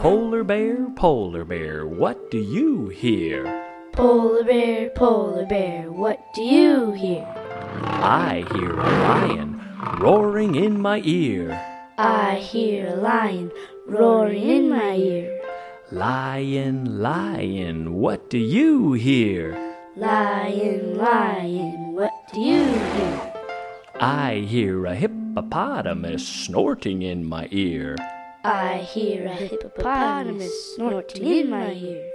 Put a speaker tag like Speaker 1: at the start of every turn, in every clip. Speaker 1: Polar bear, polar bear, what do you hear?
Speaker 2: Polar bear, polar bear, what do you hear?
Speaker 1: I hear a lion roaring in my ear.
Speaker 2: I hear a lion roaring in my ear.
Speaker 1: Lion, lion, what do you hear?
Speaker 2: Lion, lion, what do you hear?
Speaker 1: I hear a hippopotamus snorting in my ear.
Speaker 2: I hear a hippopotamus snorting in my ear.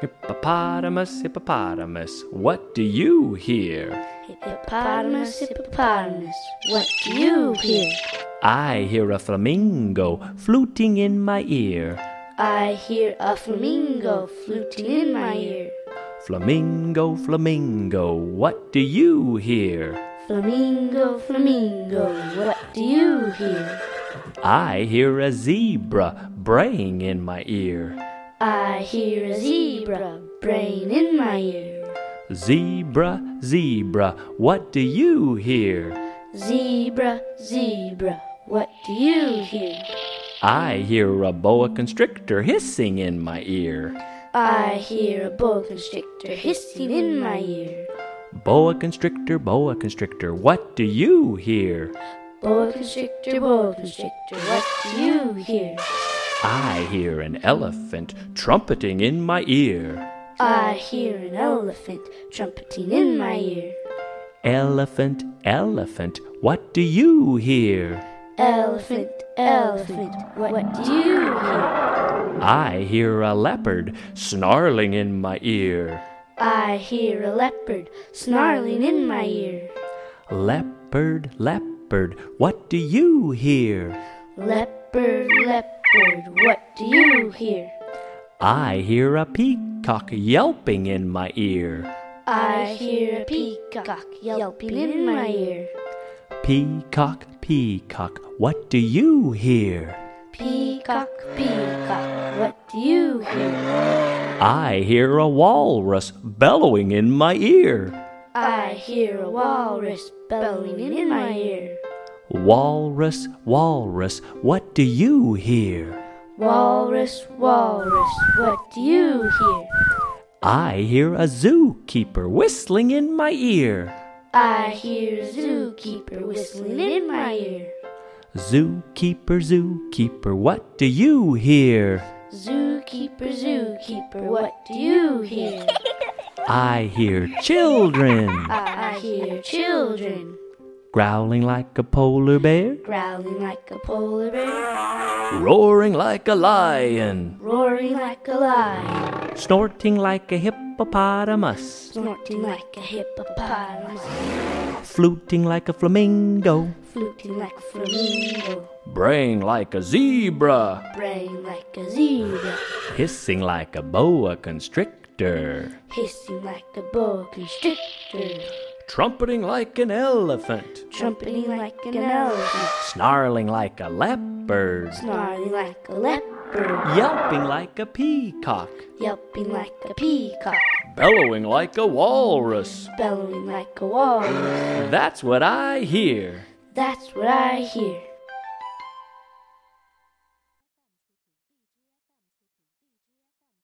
Speaker 1: Hippopotamus, hippopotamus, what do you hear?
Speaker 2: Hippopotamus, hippopotamus, what do you hear?
Speaker 1: I hear a flamingo fluting in my ear.
Speaker 2: I hear a flamingo fluting in my ear.
Speaker 1: Flamingo, flamingo, what do you hear?
Speaker 2: Flamingo, flamingo, what do you hear?
Speaker 1: I hear a zebra braying in my ear.
Speaker 2: I hear a zebra braying in my ear.
Speaker 1: Zebra, zebra, what do you hear?
Speaker 2: Zebra, zebra, what do you hear?
Speaker 1: I hear a boa constrictor hissing in my ear.
Speaker 2: I hear a boa constrictor hissing in my ear.
Speaker 1: Boa constrictor, boa constrictor, what do you hear?
Speaker 2: Boa constrictor, boa constrictor, what do you hear?
Speaker 1: I hear an elephant trumpeting in my ear.
Speaker 2: I hear an elephant trumpeting in my ear.
Speaker 1: Elephant, elephant, what do you hear?
Speaker 2: Elephant, elephant, what do you hear?
Speaker 1: I hear a leopard snarling in my ear.
Speaker 2: I hear a leopard snarling in my ear.
Speaker 1: Leopard, leopard, what do you hear?
Speaker 2: Leopard, leopard, what do you hear?
Speaker 1: I hear a peacock yelping in my ear.
Speaker 2: I hear a peacock yelping in my ear.
Speaker 1: Peacock, peacock, what do you hear?
Speaker 2: Peacock, peacock, what do you hear?
Speaker 1: I hear a walrus bellowing in my ear.
Speaker 2: I hear a walrus bellowing in my ear.
Speaker 1: Walrus, walrus, what do you hear?
Speaker 2: Walrus, walrus, what do you hear?
Speaker 1: I hear a zookeeper whistling in my ear.
Speaker 2: I hear a zookeeper whistling in my ear.
Speaker 1: Zookeeper, zookeeper, what do you hear?
Speaker 2: Zookeeper, zookeeper, what do you hear?
Speaker 1: I hear children
Speaker 2: I hear children
Speaker 1: growling like a polar bear,
Speaker 2: growling like a polar bear,
Speaker 1: roaring like a lion,
Speaker 2: roaring like a lion,
Speaker 1: snorting like a hippopotamus,
Speaker 2: snorting like a hippopotamus,
Speaker 1: fluting like a flamingo,
Speaker 2: fluting like a flamingo,
Speaker 1: braying like a zebra,
Speaker 2: braying like a zebra,
Speaker 1: hissing like a boa constrictor,
Speaker 2: hissing like a boa constrictor,
Speaker 1: trumpeting like an elephant,
Speaker 2: trumpeting like an elephant,
Speaker 1: snarling like a leopard,
Speaker 2: snarling like a leopard,
Speaker 1: yelping like a peacock,
Speaker 2: yelping like a peacock,
Speaker 1: bellowing like a walrus.
Speaker 2: bellowing like a walrus.
Speaker 1: That's what I hear.
Speaker 2: That's what I hear.